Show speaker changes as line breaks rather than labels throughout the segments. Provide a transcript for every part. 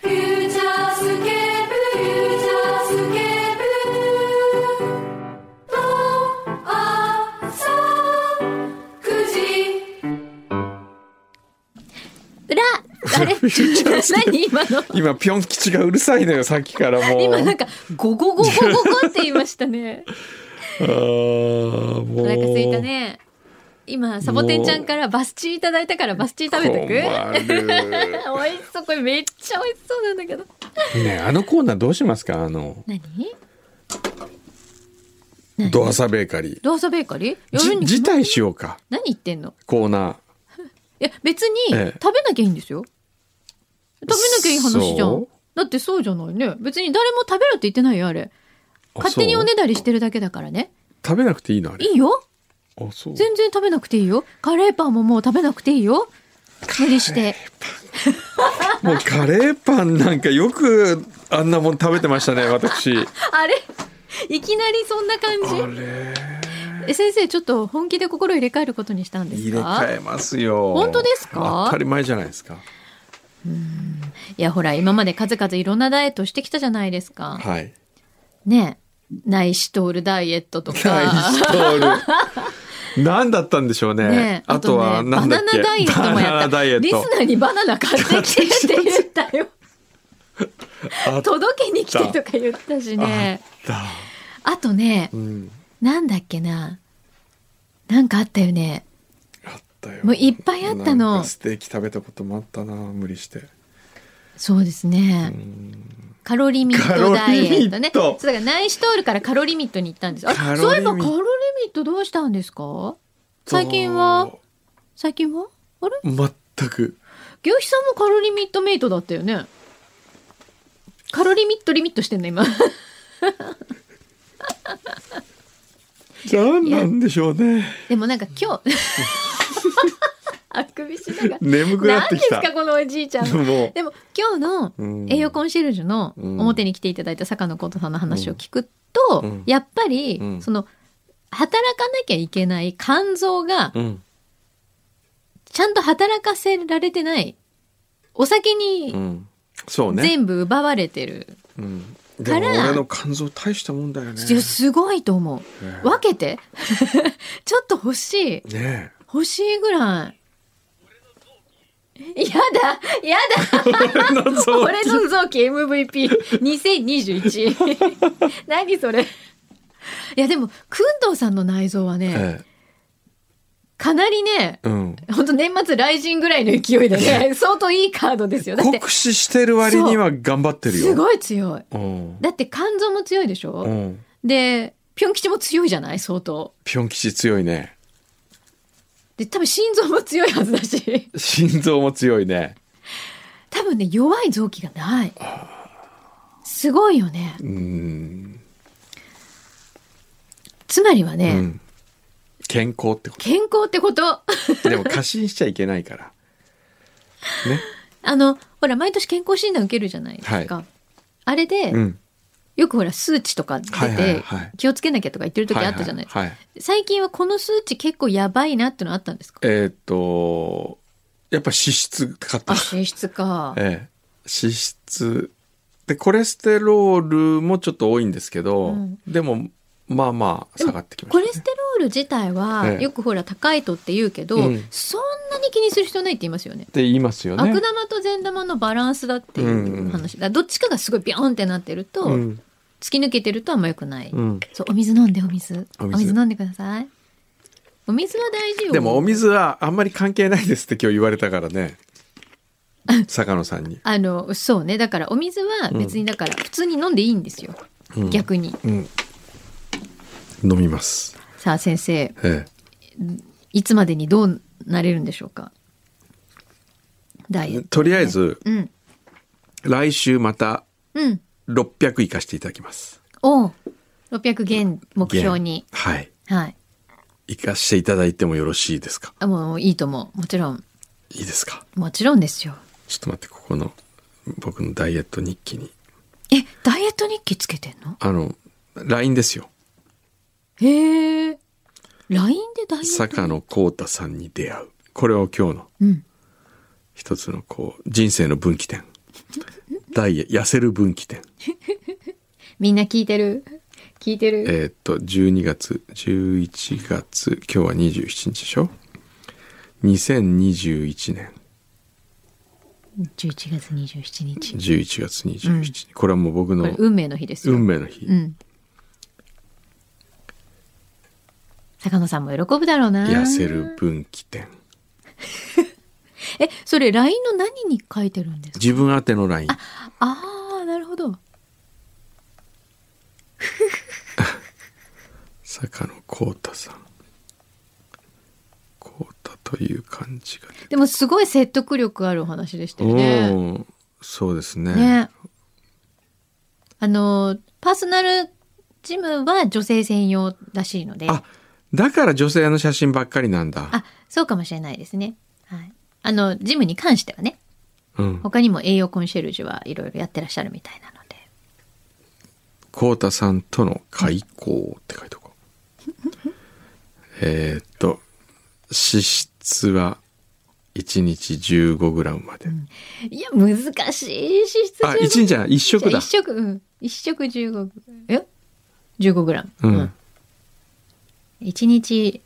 フューチャースケープフューチャースケープと朝9時
裏あれ何今の
今、ピョン吉がうるさいのよ、さっきからも う。
今なんかゴゴゴゴゴゴって言いましたね
あーも
お
う。
腹すいたね今サボテンちゃんからバスチーいただいたからバスチー食べてく
困る。
美味しそうこれめっちゃ美味しそうなんだけど
ねえあのコーナーどうしますかあの、
何
ドアサベーカリー。
ローソベーカリーやる
じ
に
辞退しようか、
何言ってんの
コーナ
いや別に
ええ
食べなきゃいいんですよ食べなきゃいい話じゃ
そ
ん
う
だってそうじゃないね別に誰も食べろって言ってないよあれ
ー。
勝手におね
ね
だりしてるだけだからね
食べなくていいのあれ。
いいよ
あ、そう。
全然食べなくていいよカレーパンももう食べなくていいよ無理して
もうカレーパンなんかよくあんなもん食べてましたね、私。
あれいきなりそんな
あ
感じ
れ
え先生ちょっと本気で心入れ替えることにしたんです
入れ
か
替えますよ。
本当ですか
当たり前じゃないですか。
いやほら今まで数々いろんなダイエットしてきたじゃないですか
はい。
ねえ内視通るダイエットと
ダイ
か
ストール。 何だったんでしょうね。
ねえ
あとは、
ね
なんだっけ
バナナダイエットもやった
バナナダイエッ
リス
ト。
ナーにバナナ買ってきてって言 ったよ
あ
届けに来てとか言ったしね
だ。
あとね
うん。
なんだっけななんかあったよね
あったよ。
もういっぱいあったの
なんかステーキ食べたこともあったな、無理して。
そうですね。カロリミットダイエットね。
カロリミット
そうだから内視通るからカロリミットに行ったんです。あれ
カロリミ
そういえばカロリミットどうしたんですか最近は最近はあれ
全く。
牛肥さんもカロリミットメイトだったよね。カロリミットリミットしてんの今。
じゃあ、なんでしょうね。
でもなんか今 日。あくびしながら。
眠くなってきた。
何ですかこのおじいちゃん。
も
でも今日
う
の
ん
栄養コンシェルジュの
うん
表に来ていただいた坂野琴さんの話を聞くと、
うん
やっぱり、
うん
その働かなきゃいけない肝臓が
う。うん。
ちゃんと働かせられてないお酒
う
に
ん。そうね。
全部奪われてる、
うん。で
か
も
ら
俺の肝臓大したもんだよね。
いやすごいと思
ね
う分けて ちょっと欲しい
ねえ。
欲しいぐらい。やだやだ
俺の臓
俺の臓器 MVP2021 何それいやでもくんどうさんの内臓はね、
え
かなりね
えうん。
本当年末雷神ぐらいの勢いでね相当いいカードですよだって
酷使してる割には頑張ってるよ。
すごい強い
うん。
だって肝臓も強いでしょ、
うん。
でピョン吉も強いじゃない相当
ピョン吉強いね。
で多分心臓も強いはずだし
心臓も強いね。
多分ね弱い臓器がないすごいよね
うん。
つまりは
う
ね、
ん。健康ってこ
健康ってこと
と。でも過信しちゃいけないから。ね。
あの、ほら、毎年健康診断受けるじゃないですか。
は
あれで、
うん。
よくほら、数値とか出て、
はいはいはい
気をつけなきゃとか言ってる時あったじゃないですか。
はいはいはい
最近はこの数値結構やばいなってのあったんですか
えーっと、やっぱ脂質かった
あ、。脂質か。
ええ。脂質。で、コレステロールもちょっと多いんですけ
う
ど、
ん
でも、まあまあ、下がってきまし
コ
た、
レ
ね。
ステロール自体は、
ええ
よくほら、高いとって言うけど、
うん
そんなに気にする必要ないって言いますよね。
って言いますよね。
悪玉と善玉のバランスだっていう話。だからどっちかがすごいビョーンってなってると、
うん。
突き抜けてるとあんま良くない。
うん。
そう、お水飲んで、お水。お
お
水
水
飲んでください。お水は大事よ。
でもお水はあんまり関係ないですって今日言われたか らね。坂野さんに。
あの、そうね。だから、お水は別に、だから、普通に飲んでいいんですよ。
うん
逆に。
うん。飲みます。
さあ、先生、
え
いつまでにどうなれるんでしょうかダイエ
え
ット。
とりあえず、
うん。
来週また
うん。
600行かしていただきます。
おう600元目標に。
はい。
はい。
行かしていただいてもよろしいですか
あもういいと思う。もちろん。
いいですか
もちろんですよ。
ちょっと待って、ここの僕のダイエット日記に。
え、ダイエット日記つけてんの
あの、LINE ですよ。
へえ。LINE でダイエット
坂野幸太さんに出会う。これを今日の
うん。
一つのこう、人生の分岐点。ダイエ、痩せる分岐点。
みんな聞いてる聞いてる
えーっと、12月、11月、今日は27日でしょ ?2021 年、
?11 月27日。
11月27日。これはもう僕
こ
の
れ運命の日ですよ。
運命の日。
うん。坂野さんも喜ぶだろうな。
痩せる分岐点。
え、それ LINE の何に書いてるんですか
自分宛てのライン。
ああ、なるほど。
坂野幸太さん。幸太という漢字が出て
でもすごい説得力あるお話でしたよ
お
ね。
ーそうですね。
ね。あの、パーソナルジムは女性専用らしいので。
あ、だから女性の写真ばっかりなんだ。
あ、そうかもしれないですね。はい。あの、ジムに関してはね、
うん。
他にも栄養コンシェルジュはいろいろやってらっしゃるみたいなので。
幸太さんとの開口って書いておこ う。えーっと、脂質は1日 15g まで。
いや、難しい。脂質
あ、1日じゃない、1食だ
一。食、うん。一食15、え ?15 グラム。
うん。
一日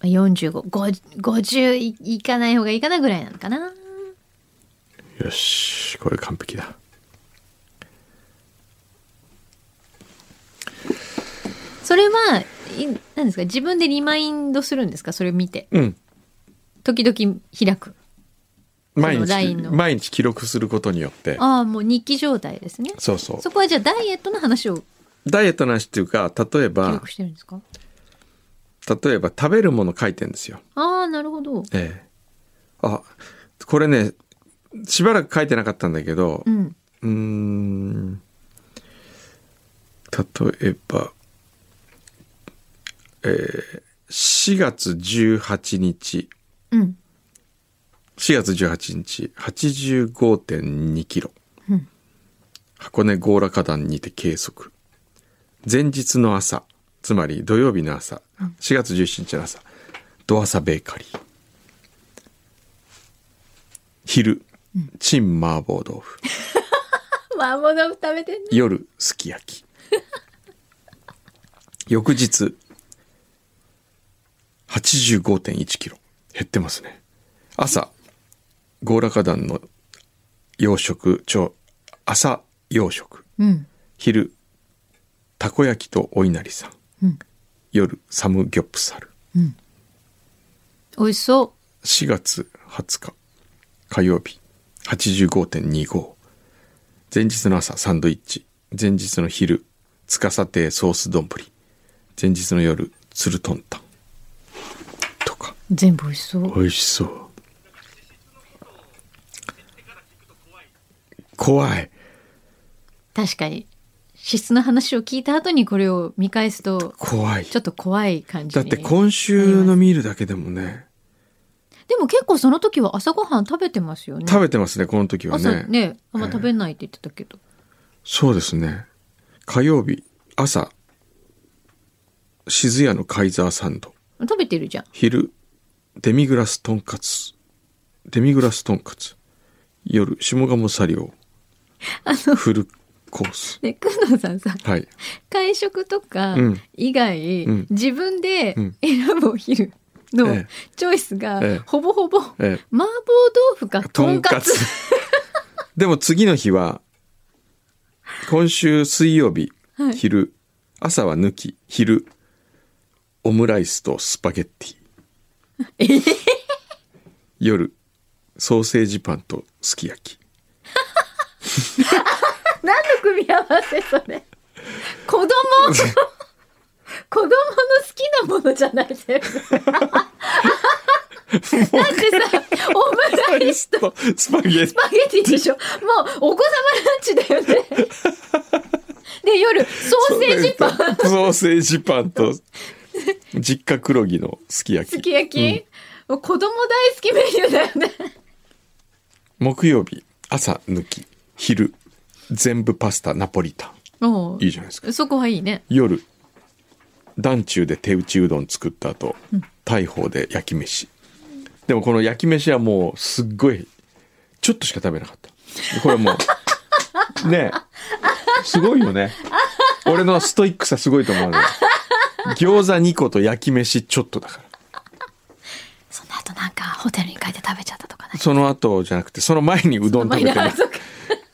45、50 50いいかない方がいいかなぐらいなのかな。
よし、これ完璧だ。
それは、いなんですか自分でリマインドするんですかそれを見て。
うん。
時々開く。
毎
ライン
日、
の
毎日記録することによって。
ああ、もう日記状態ですね。
そうそう。
そこはじゃあダイエットの話を記
ダイエットなしっていうか、例えば
録、してるんですか
例えば食べるもの書いてんですよ。
ああ、なるほど。
ええ。あ、これね、しばらく書いてなかったんだけど
う、ん。
うーん例えば、えー4月18日
うん。
4月18日85.2キロ、
うん
箱根強羅花壇にて計測前日の朝つまり土曜日の朝、4月17日の朝ドアサベーカリー昼、チン麻婆豆腐
麻婆豆腐食べてんね。
夜すき焼き 翌日85.1キロ減ってますね朝強羅花壇の洋食ちょ朝洋食
うん。
昼たこ焼きとお稲荷さん、
うん
夜サムギョプサル
美味しそ
4月20日火曜日85.25前日の朝サンドイッチ前日の昼司亭ソース丼前日の夜ツルトンタンとか
う。全部美味しそう。
美味しそう怖い
確かに。脂質の話を聞いた後にこれを見返すと、
怖い
ちょっと怖い感じ
だっ
に。
て今週の見るだけでもね
でも結構その時は朝ごはん食べてますよね。
食べてますねこの時は
朝ね、あんま
ええ
食べないって言ってたけど。
そうですね。火曜日、朝、静谷のカイザーサンド。
食べてるじゃん。
昼、デミグラストンカツ。デミグラストンカツ。夜、下鴨サリオ。フルコース。
ね、くんのさんさ、
はい。
会食とか
うん
以外、
うん
自分で
ん
選ぶお昼の
ええ
チョイスが、
ええ
ほぼほぼ、麻
ええ
婆豆腐かと
と
ん
ん
か
か
つ
つ。。でも次の日は、今週水曜日、
はい
昼、朝は抜き、昼、オムライスとスパゲッティ。
ええ
夜、ソーセージパンとすき焼き。
何の組み合わせそれ。子 供子供の好き なものじゃない全部だってさ、オムライりしと
とスパゲッ
スパゲティでしょもうお子様ランチだよ ねで夜ソーセージパン
ンソーセージパンと実家黒木のすき焼き
すき焼き、もう子供大好きメニューだよね
木曜日朝抜き昼全部パスタナポリタ
も
ンいいじゃないですか
うそこはいいね
夜団中で手打ちうどん作った後大砲で焼き飯でもこの焼き飯はもうすっごいちょっとしか食べなかったこれも うねえすごいよね俺のストイックさすごいと思うね餃子2個と焼き飯ちょっとだから
その後なんかホテルに帰って食べちゃったとかね
その後じゃなくてその前にうどん食べて
その前
ま
にあそっか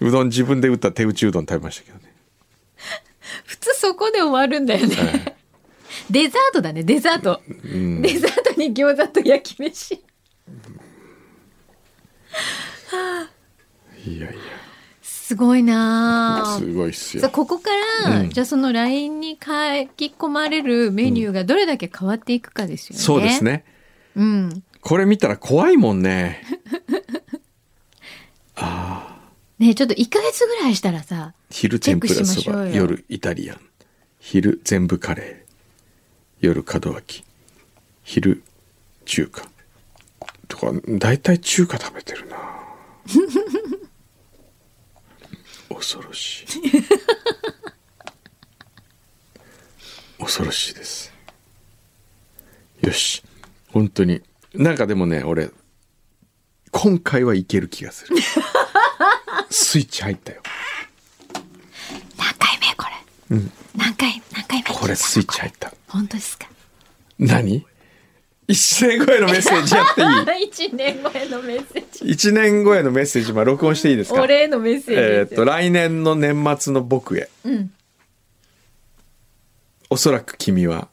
うどん自分で打った手打ちうどん食べましたけどね
普通そこで終わるんだよね、 デザートだねデザート、デザートに餃子と焼き飯
いやい
すごいな
や
あ
すごいっす
さあ
よ
ここから、
うん
じゃあその LINE に書き込まれるメニューがどれだけ変わっていくかですよね。
そうです。ね
うん。
これ見たら怖いもんね
ねちょっと1ヶ月ぐらいしたらさ、
昼天ぷら
チェックし
そ
ましょ
ば
うよ
夜イタリアン昼全部カレー夜門脇昼中華とか大体中華食べてる な恐ろしい恐ろしいですよし本当になんかでもね俺今回はいける気が するスイッチ入ったよ
何回目これ。何回、何回目聞いたの
これスイッチ入った。
本当ですか。
何 ?1 年後へのメッセージやってい
1年前のメッセージ。
い ?1 年後へのメッセージ、まあ録音していいですか
俺へのメッセージ
えーっ
ですよ。
と、来年の年末の僕へ。
ん
おそらく君は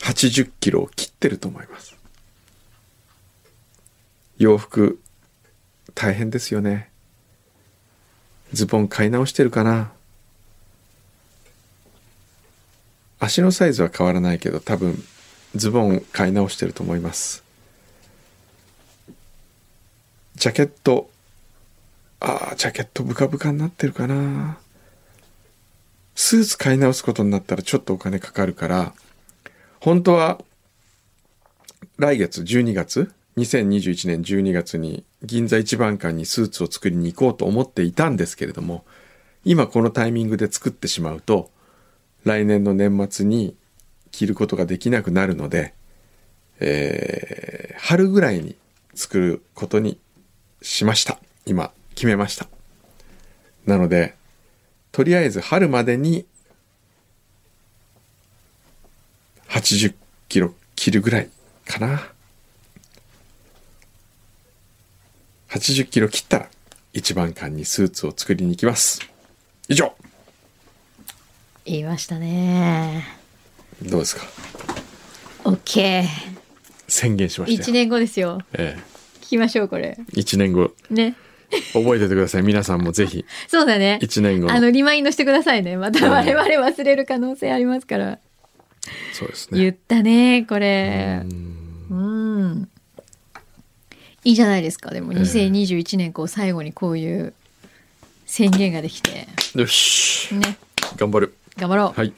80キロを切ってると思います。洋服、大変ですよね。ズボン買い直してるかな足のサイズは変わらないけど多分ズボン買い直してると思います。ジャケットああ、ジャケットブカブカになってるかな。スーツ買い直すことになったらちょっとお金かかるから、本当は来月12月、2021年12月に銀座一番館にスーツを作りに行こうと思っていたんですけれども、今このタイミングで作ってしまうと、来年の年末に着ることができなくなるので、えー春ぐらいに作ることにしました。今、決めました。なので、とりあえず春までに、80キロ切るぐらいかな。80キロ切ったら、一番館にスーツを作りに行きます。以上
言いましたね。
どうですか
OK。
宣言しました
1
よ。
年後ですよ。
え
聞きましょう、これ。
え、1年後、
ね。
覚えておいてください。皆さんもぜひ、
そうだね。
1年後
あの、リマインドしてくださいね。また
うん
我々忘れる可能性ありますから。
そうです
言っ
ね。
たねこれうんいいじゃないですかでも2021年こう最後にこういう宣言ができて
よし、
ね
頑張る。
頑張ろう、
はい。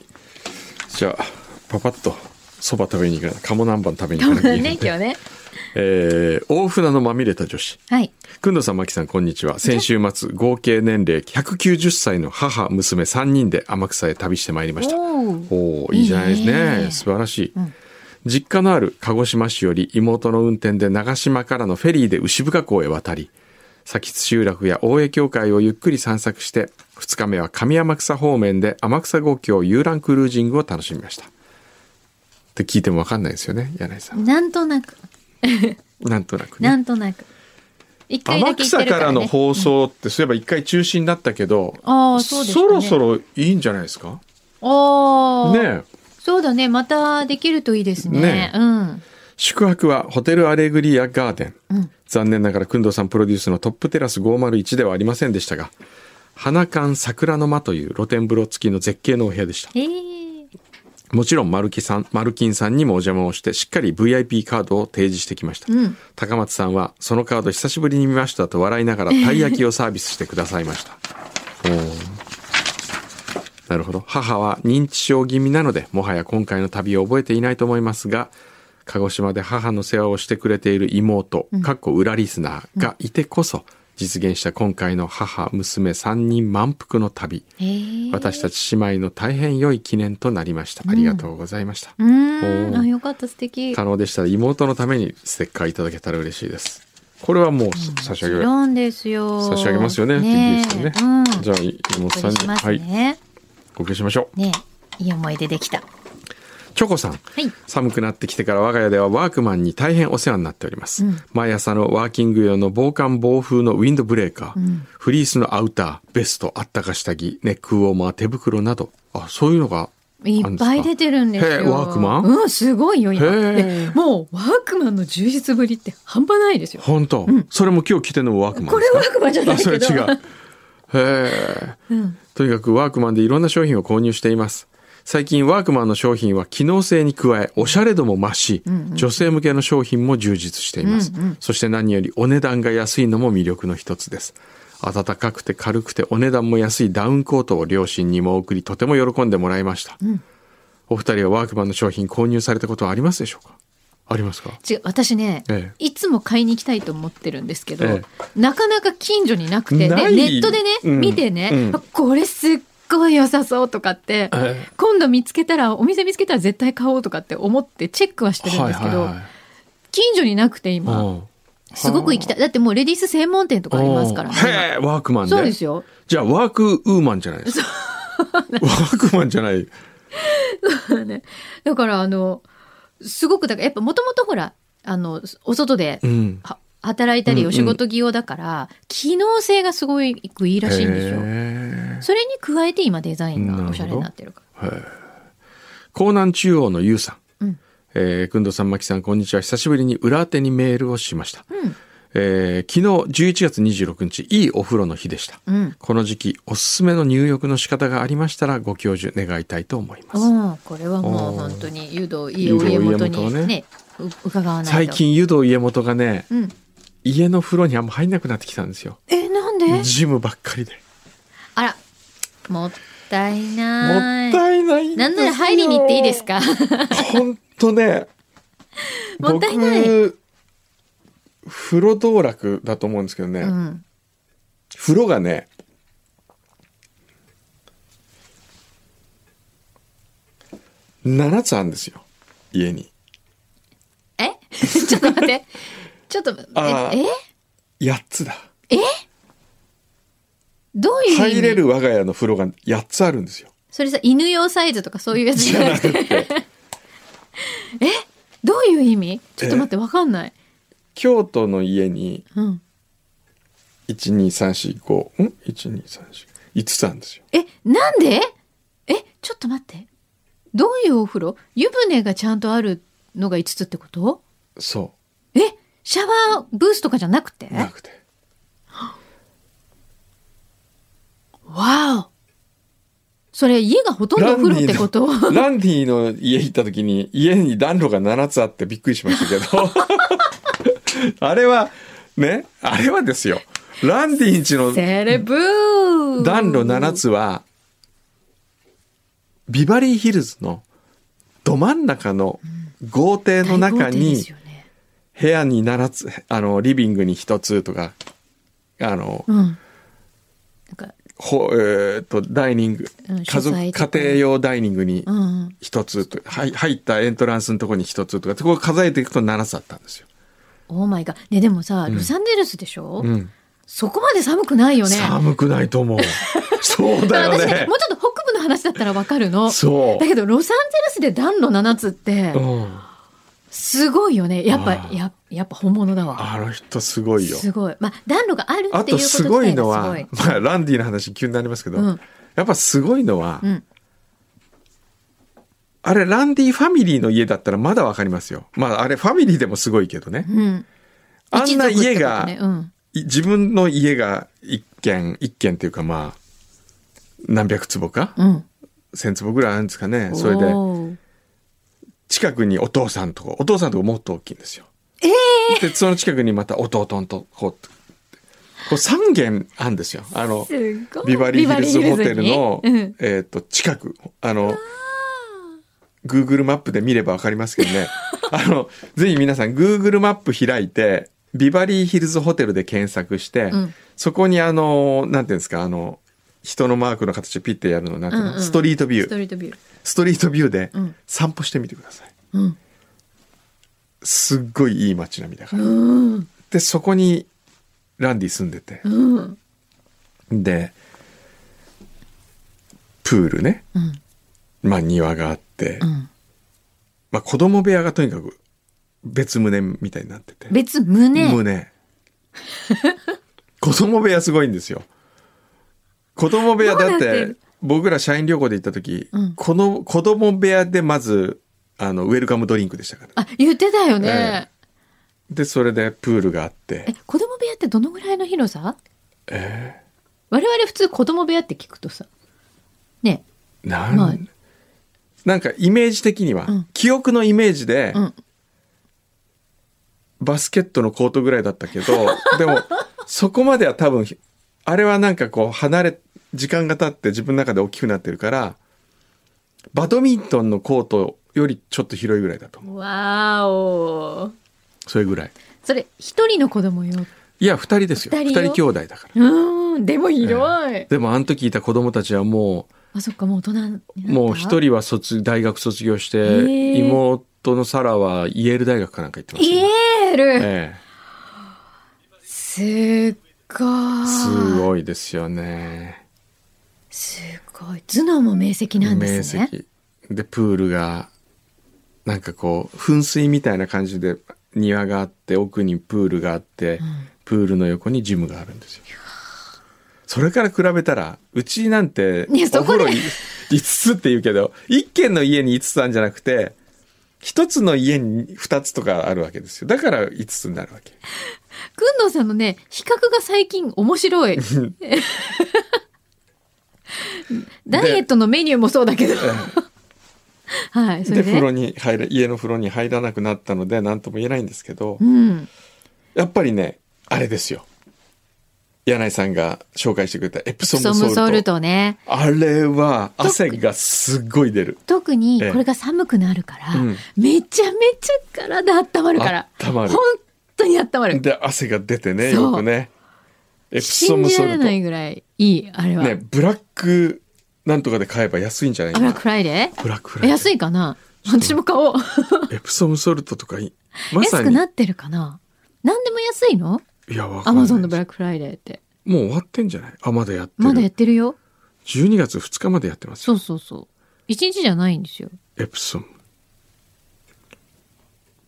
じゃあ、パパッと、そば食べに行かない。鴨南蛮食べに行
頑
かな
張
きゃ
る
いけな
ね
い
今日ね
えー大船のまみれた女子。
はい
くんどさん、まきさん、こんにちは。先週末、合計年齢190歳の母、娘3人で天草へ旅してまいりました。
おー
おおいいじゃないですね
いいね
素晴らしい、
ん
実家のある鹿児島市より妹の運転で長島からのフェリーで牛深港へ渡り佐吉集落や大江教会をゆっくり散策して2日目は上天草方面で天草号橋遊覧クルージングを楽しみましたって聞いてもわかんないですよね柳井さん
なんとなく
なんとなくね
なんとなく一回だ
天
け言っ
草
てる
か
からら、ね、
の放送ってそういえば一回中止になったけど、
ああそうでした
そ
ね
ろそろいいんじゃないですか
あー
ねえ
そうだねまたできるといいですね
ね
うん
宿泊はホテルアレグリアガーデン、
うん
残念ながら工藤さんプロデュースのトップテラス501ではありませんでしたが花館桜の間という露天風呂付きの絶景のお部屋でした
えー、
もちろんマルキさん、マルキンさんにもお邪魔をして、しっかり VIP カードを提示してきました。
うん
高松さんは、そのカード久しぶりに見ましたと笑いながら、たい焼きをサービスしてくださいました。おーなるほど。母は認知症気味なので、もはや今回の旅を覚えていないと思いますが、鹿児島で母の世話をしてくれている妹、かっこ裏リスナーがいてこそ、実現した今回の母、娘3人満腹の旅。
へえ
私たち姉妹の大変良い記念となりました。ありがとうございました。
うーん
おー
あよかった素敵
可能でしたら妹のためにステッカーいただけたら嬉しいです。これはもう差し上げ、
ロンですよ
差し上げますよね。
ねえ
TBS
う
の
ん
ね。じゃあ妹さ
お送
ん
りし
に、
ます
はい
ね、
お受けしましょう。
ねえいい思い出できた
チョコさん。
はい
寒くなってきてから我が家ではワークマンに大変お世話になっております、毎朝のワーキング用の防寒防風のウィンドブレーカー、フリースのアウターベストあったか下着ネックウォーマー手袋などあそういうのがあ
い
るん
っ
ですか
ぱい出てるんです
へえ
よ。
ワークマン
うん、すごいよ、今。
へえ
えもう、ワークマンの充実ぶりって半端ないですよ。
本当、それも今日着てるのもワークマン
こ
で
れ
す
ワーク
か
マンじゃない
あ
け
そ
ど。
れ違う。へえ、とにかくワークマンでいろんな商品を購入しています。最近ワークマンの商品は機能性に加え、おしゃれ度も増し、女性向けの商品も充実しています、そして何よりお値段が安いのも魅力の一つです。暖かくて軽くてお値段も安いダウンコートを両親にも送り、とても喜んでもらいました。お二人はワークマンの商品購入されたことはありますでしょうかありますか
違う私ね、
え
いつも買いに行きたいと思ってるんですけど、
え
なかなか近所になくて、で
ない
ネットでね、
うん
見てね、
うん
これすっごい良さそうとかって、
ええ
今度見つけたら、お店見つけたら絶対買おうとかって思ってチェックはしてるんですけど、近所になくて今、
うん
すごく行きたい。だってもうレディース専門店とかありますから
おー
ね。
へえ、ワークマンで。
そうですよ。
じゃあ、ワークウーマンじゃないですか。 ワークマンじゃない。
だからあのすごくだからやっぱもともとほらあのお外で
うん。
は働いた
うん
り
うん
お仕事着用だから、機能性がすごいいいらしいんですよ。
へえ
それに加えて今デザイン
なるほ
が
ど
おしゃれになってるか
江南中央のゆうさん。
うん
えー、くんどさん、まきさん、こんにちは。久しぶりに裏宛てにメールをしました。
ら。うん
えー昨日11月26日、いいお風呂の日でした。
うん。
この時期、おすすめの入浴の仕方がありましたら、ご教授願いたいと思います。
おーこれはもう
おー
本当に誘導家を家元
誘導家元を
に
ね
ねう伺わないと。
最。近、湯道家元がね、
うん。
家の風呂にあんま入んなくなってきたんですよ。
えなんで？
ジムばっかりで。
あらもったい
もっ
ない。
たいないんですよ
なんなら入りに行っていいですか？
本当ね。
もったいない
僕風呂道楽だと思うんですけどね、
うん。
風呂がね7つあるんですよ家に
え？ ちょっと待って。ちょっと
あー
え？え
8つだ
どういう意味
入れる我が家の風呂が8つあるんですよ
それさ犬用サイズとかそういうやつじゃなくて
今
どういう意味ちょっと待ってわかんない、
京都の家に
うん、
12345ん12345つあるんですよ
えなんでえちょっと待ってどういうお風呂湯船がちゃんとあるのが5つってこと
そ
えシャワーブースとかじゃなくて
うなくて
わおそれ家がほとんどお風呂って こと
ランディのランディの家行った時に家に暖炉が7つあってびっくりしま したけどあれはねあれはですよランディんちの
セレブー
暖炉7つはビバリーヒルズのど真ん中の豪邸の中
大豪邸で
に
すよね
部屋に7つあのリビングに1つとかあの、
うんなんか
ほえーっとダイニング
うん
家族
書斎と
家
か
庭用ダイニングに
うんうん
一つと、はい、入ったエントランスのとこに一つとか、ここ数えていくと7つあったんですよ。
オーマイガーねでもさロサンゼルスでしょ、
うん。
そこまで寒くないよね
寒くないと思 う。そうだよ
私ね
ね
も。うちょっと北部の話だったらわかるの。
そ
だけどロサンゼルスで暖炉7つって
う。うん。
すごいよね。やっ
あ
ぱ
ー
ややっぱ本物だわ。
あの人すごいよ。
すごい。まあ暖炉がある
あ
っていうこと自
と
体がす
す
ご
ご
い
いのは、まあ、ランディの話急になりますけど、
うん
やっぱすごいのは、
うん
あれ、ランディファミリーの家だったらまだわかりますよ。まあ、あれ、ファミリーでもすごいけどね。
うん。
あんな家
一族
が、
ってことねうん
い自分の家が一軒、一軒っていうかまあ、何百坪か、
うん
1,000坪ぐらいあるんですかねそれで
おー
近くにお父さんとこお父さんとこもっと大きいんですよ。でその近くにまた弟のとこってこう3軒あるんですよあの
すごい。
ビバリーヒルズホテルの、
ビバリーヒルズに
えー、と近くあの Google マップで見れば分かりますけどね あのぜひ皆さん Google マップ開いてビバリーヒルズホテルで検索して、
ん
そこにあのなんていうんですかあの人のマークの形でピッてやるのなんていうの、
うんうん
ストリートビ
うんス
ュ
ト
ー
リートビュー。
ストリートビューで
うん
散歩してみてください、
うん
すっごいいい街並みだから、
うん
でそこにランディ住んでて、
うん
でプールね、
うん
まあ、庭があって、
うん。
まあ、子供部屋がとにかく別棟みたいになってて
別胸。
胸 子供部屋すごいんですよ子供部屋
ど
だっ
うなって
て
る
僕ら社員旅行で行った時、
うん
この子供部屋でまずあのウェルカムドリンクでしたから
あ、言ってたよね。
でそれでプールがあって
え、子供部屋ってどのぐらいの広さ我々普通子供部屋って聞くとさ。ね。
なん,、
まあ
なんかイメージ的には、
うん
記憶のイメージで、
うん。
バスケットのコートぐらいだったけ どでもそこまでは多分あれはなんかこう離れ時間が経って自分の中で大きくなってるからバドミントンのコートよりちょっと広いぐらいだと思う
わーおー。
それぐらい
それ、一人の子供よ。
いや2人ですよ
二
2
人よ
人兄弟だから
うん。でも広い。
でもあの時いた子供たちはも
あ、そっか、もう大人になった
うもう1。人は卒大学卒業して、
ー
妹のサラはイェール大学かなんか行ってました
イ
ね、
エール、
ええ
すっごい。
すごいですよね
すごい。頭脳も明晰なんですね。
面積でプールがなんかこう噴水みたいな感じで庭があって奥にプールがあって、プールの横にジムがあるんですよそれから比べたらうちなんてお
いやそこ
風
で
呂い5つって言うけど1軒の家に5つあるんじゃなくて1つの家に2つとかあるわけですよだから5つになるわけ
くんのさんのね、比較が最近面白 い。ダイエットのメニューもそうだけど。はい、 そ
で
れ
風呂
で。
に入れ家の風呂に入らなくなったので何とも言えないんですけど、
うん。
やっぱりね、あれですよ。柳井さんが紹介してくれたエプソ
ソ
ムソ
ム
ルト。
ソルトね。
あれは汗がすっごい出る。
特に
ええ
これが寒くなるから、
うん
めちゃめちゃ体温まるから。
温まる
本当に温まる。
で、汗が出てね、
そう
よくね。エプソ
信
ム
じ
ソ
られ
ルト。
な
ね、
いぐらいいい、あれは。
ブラックなんとかで買えば安いんじゃない
あ
か
ブラ
な
ックフライデー
ブラックフライデー
安いかな私も買おう。
エプソムソルトとかい、まさ
安く
に。
なってるかな何でも安いの
いや、わか
ア
んない
マゾンのブラックフライデーって。
もう終わってんじゃないあ、まだやってる。
まだやってるよ。
12月2日までやってます
そ
よ。
うそうそう。一日じゃないんですよ。
エプソム。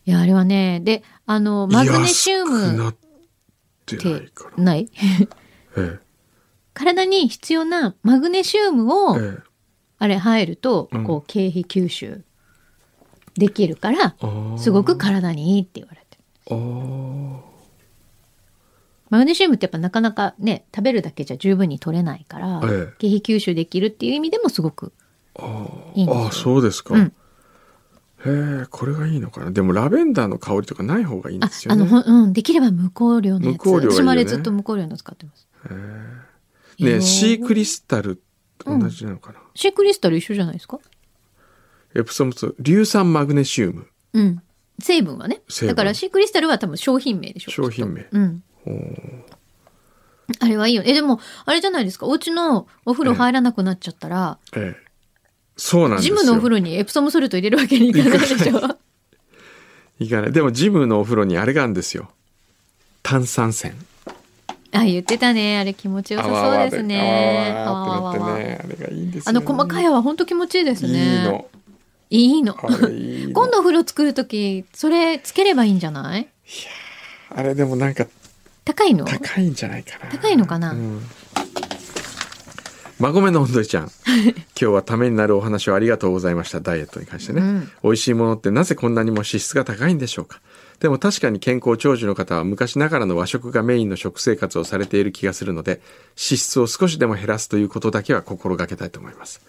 いや、あれはね。で、あの、マグネシウ
安く
ム
な
っ
ってない
て
から。
ない
え
体に必要なマグネシウム
え
を、
ええ
あれ入ると
うん、
こう、経費吸収できるから、
あー
すごく体にいいって言われてる。
あー
マグネシウムってやっぱなかなかね、食べるだけじゃ十分に取れないから、
ええ
経費吸収できるっていう意味でもすごくいいんですよ。
ああそうですか、
うん
へえこれがいいのかなでもラベンダーの香りとかない方がいいんで
あ
す、よ
あ
ね
の、ほんうん、できれば無香料のやつ。
無香料がいいよね
私もあれずっと無香料の使ってます。
ね
えー
シークリスタルと同じなのかな、
シークリスタル一緒じゃないですか
エプソムと硫酸マグネシウム
うん。成分はね。
成分
だからシークリスタルは多分商品名でしょ。
商品名
きっとうん。あれはいいよ。え、でも、あれじゃないですか。お家のお風呂入らなくなっちゃったら、
ええそうなんです
ジ
よ
ムのお風呂にエプソムソルト入れるわけにいかないでしょ。
いかないでもジムのお風呂にあれがあるんですよ炭酸泉
あ、言ってたね。あれ気持ちよさそうですね。
泡々で泡々ってなってねあれがいいんです
あ
よ、
の細かい泡本当気持ちいいですね。
いいの
いいの。
あれいいの
今度お風呂作るとき、それつければいいんじゃない
あれでもなんか
高いの
高いんじゃないかな
高いのかな
うんまごめの本どりちゃん 今日はためになるお話をありがとうございましたダイエットに関してね、
うん
美味しいものってなぜこんなにも脂質が高いんでしょうかでも確かに健康長寿の方は昔ながらの和食がメインの食生活をされている気がするので脂質を少しでも減らすということだけは心がけたいと思います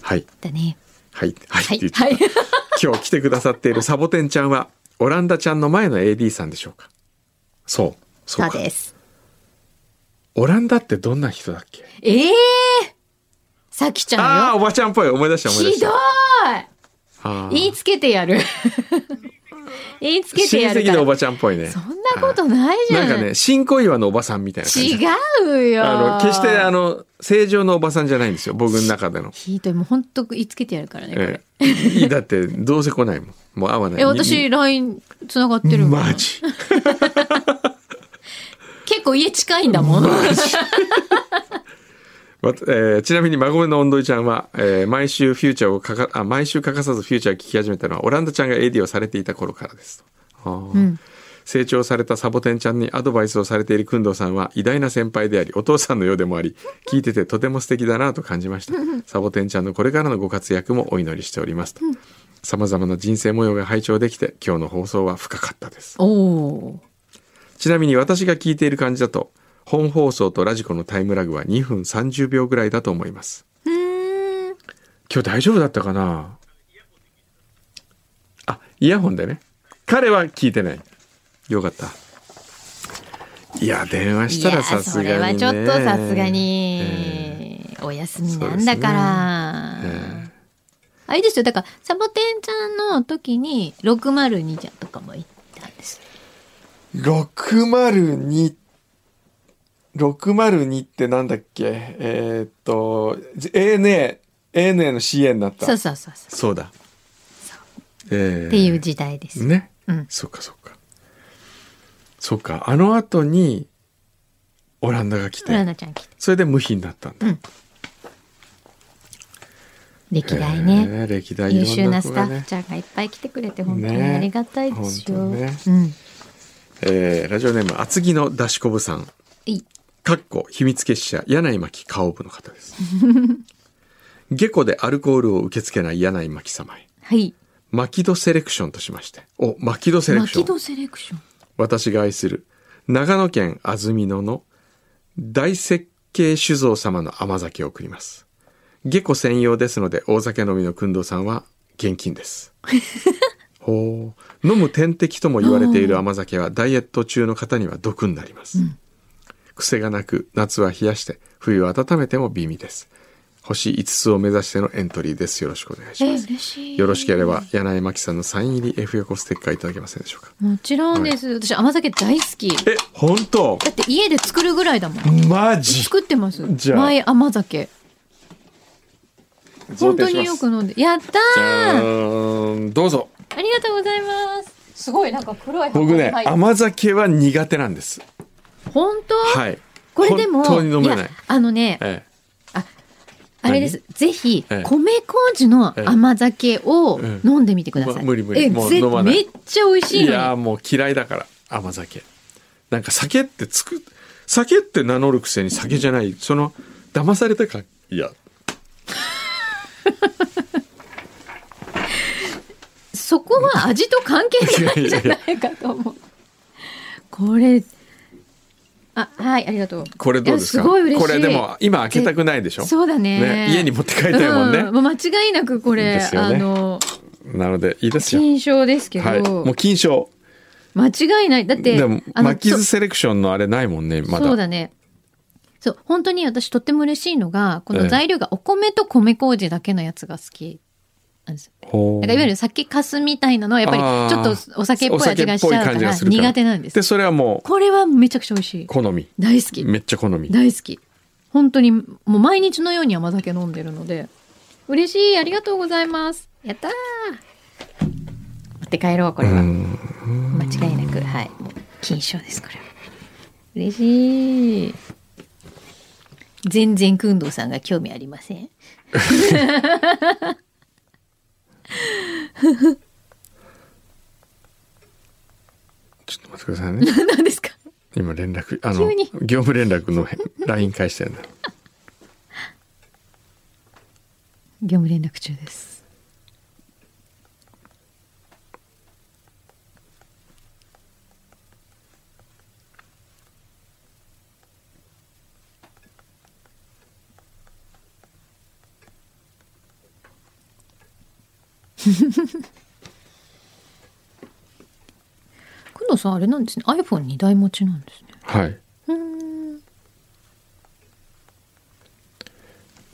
はい
だね。
はいはい、
はい
って言っちゃった
はい
今日来てくださっているサボテンちゃんはオランダちゃんの前の AD さんでしょうかそうそう
さ
か
です。
オランダってどんな人だっけ
ええさきち
あ
ゃん
あー
よ。
おばちゃんっぽい思い出した思い出
ひ
し
どい
たあー
言いつけてやる。言いつけて
親
やる
戚
か
のお
ら。
ばちゃんっぽいね
そんなことないじゃ。
なんんかね新小岩のおばさんみたいな感じ
違うよ。
あの決してあの正常のおばさんじゃないんですよ僕の中での、
ひどい。もう本当言いつけてやるからね。これ
ええいいだってどうせ来ないもんもう会わない
え、私、LINE 繋がってるもん。
マジ
結構家近いんだもん。
わたえーちなみに孫のおんどいちゃんは、えー毎週フューチャーをかかあ毎週欠かさずフューチャーを聞き始めたのはオランダちゃんが AD をされていた頃からですと、あー成長されたサボテンちゃんにアドバイスをされている工藤さんは偉大な先輩でありお父さんのようでもあり聞いててとても素敵だなと感じましたサボテンちゃんのこれからのご活躍もお祈りしておりますとさまざまな人生模様が拝聴できて今日の放送は深かったです
おお
ちなみに私が聞いている感じだと本放送とラジコのタイムラグは2分30秒ぐらいだと思います今日大丈夫だったかなあイヤホンでね彼は聞いてないよかったいや電話したらさすがに、
い
ね、
やそれはちょっとさすが
ええ
に、お休みなんだから、
そうですね
あれですよだからサボテンちゃんの時に602ちゃんとかも行ったんです
602 602ってなんだっけえーっと ANA ANA の CA になった
そうそうそうそう
そうだ。ええ
っていう時代です、
ね。
うん
そっかそっか。そっか。あの後に、オランダが来
村
て、
菜ちゃん来て
それで無比になったんだ。
歴代ね、
ええ歴代いろ
優
ん
秀な
子
ス
が
タ
ね
ッフちゃんがいっぱい来てくれて本当に
ね
ありがたいですよ、
本当ね
うん
ええラジオネーム、厚木の出しこぶさん。
い
かっこ秘密結社柳井真紀顔部の 方です。下戸でアルコールを受け付けない柳井真紀様へ。
はい
マキドセレクションとしまして。お、マキドセレクション。
巻戸セレクション
私が愛する長野県安曇野の大設計酒造様の甘酒を送ります下戸専用ですので大酒飲みの工藤さんは現金ですほう飲む点滴とも言われている甘酒はダイエット中の方には毒になります、癖がなく夏は冷やして冬は温めても美味です星5つを目指してのエントリーですよろしくお願いし
え
ます、
嬉しい
よろしければ柳井真紀さんのサイン入り F 横ステッカーいただけませんでしょうか
もちろんです、私甘酒大好き
え本当
だって家で作るぐらいだもん
マジ
作ってます
じゃあ
前甘酒本当によく飲んでやったー
どうぞ
ありがとうございますすごいなんか黒い箱
僕
に
ね、
入って
甘酒は苦手なんです
本当、
はい
これでも
本当に飲めない
やあのね
え
あれですぜひ
ええ
米麹の甘酒を
ええ
飲んでみてください、
ま無理無理
え
もう
ぜ
飲まない
めっちゃ美味
え
しい
い
の
やー
よ
もう嫌いだから甘酒なんか酒ってつく酒って名乗るくせに酒じゃないその騙されたかいや
そこは味と関係ない
いやい
じ
や
ゃ
いや
ないかと思うこれあはいありがとう
これどうですか
いやすごい嬉しい
これでも今開けたくないでしょ
そうだね
ね家に持って帰りたいもんね
うもう間違いなくこれ、
ですよ
あ
ね
の
なのでいいですよ
金賞ですけど、
はいもう金賞
間違いないだって
でも
あの
巻き
そ
ずセレクションのあれないもんねまだ
そうだねそう本当に私とっても嬉しいのがこ
ええ
の材料がお米と米麹だけのやつが好きなんですよ
ほう
なんかいわゆる酒粕みたいなのはやっぱり
あー
ちょっとお酒っぽい味がしちゃう
お酒っぽい感
か
じが
ら
するから
苦手なんです
でそれはもう
これはめちゃくちゃ美味しい
好み
大好き
めっちゃ好み
大好き本当にもう毎日のように甘酒飲んでるので嬉しいありがとうございますやったー持って帰ろうこれは間違いなくはいもう金賞ですこれは嬉しい全然工藤さんが興味ありません
ちょっと待ってくださいね
何ですか
今連絡あの
急に
業務連絡の LINE 返してるんだ
業務連絡中ですくのさんあれなんですね iPhone2 台持ちなんですね
はい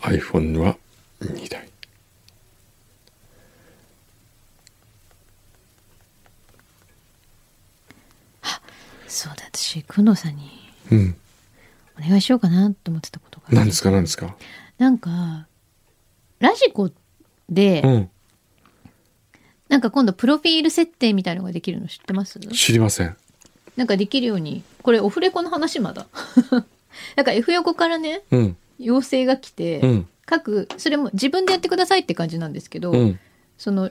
iPhone は2台
そうだ私くのさんに
うん
お願いしようかなと思ってたことが
何ですか何ですか
なんかラジコで、
うん
なんか今度プロフィール設定みたいのができるの知ってます
知りません
なんかできるようにこれオフレコの話まだ なんか F 横からね
うん
要請が来て、
うん
各それも自分でやってくださいって感じなんですけど、
うん
その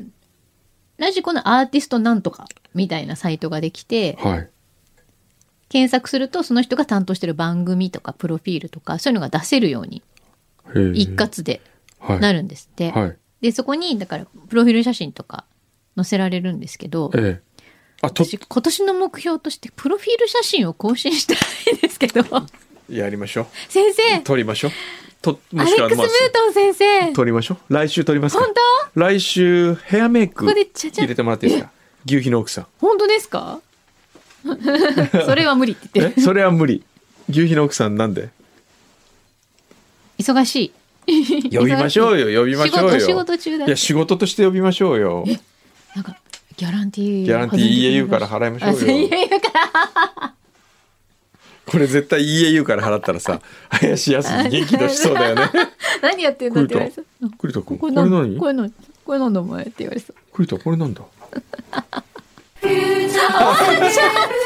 ラジコのアーティストなんとかみたいなサイトができて
はい
検索するとその人が担当してる番組とかプロフィールとかそういうのが出せるように
へー
一括で
はい
なるんですって、
はい
でそこにだからプロフィール写真とか載せられるんですけど
ええあと
私今年の目標としてプロフィール写真を更新したいんですけど
やりましょ
先
う
生
撮りましょうと
ア
も
レ
しく
ッ
は
クス・ム
まあ
ートン先生
撮りましょう来週撮りますか
本当
来週ヘアメイク
ここでちゃちゃ
入れてもらっていいですか牛皮の奥さん
本当です かそれは無理って言っ
え
てる
それは無理牛皮の奥さんなんで
忙しい
呼びましょうよ呼びましょうよ
仕事仕事中だ
いや仕事として呼びましょうよ
なんかギャランティー
ギャランティー EAU から払いましょうよ
あそう EAU から
これ絶対 EAU から払った らさ林康に元気出しそうだよね
何やってんだって言われそう
栗田君
こ
これ
れ何
何
これ何これ何だお前って言われそう
栗田これなんだ
フューチャースケープ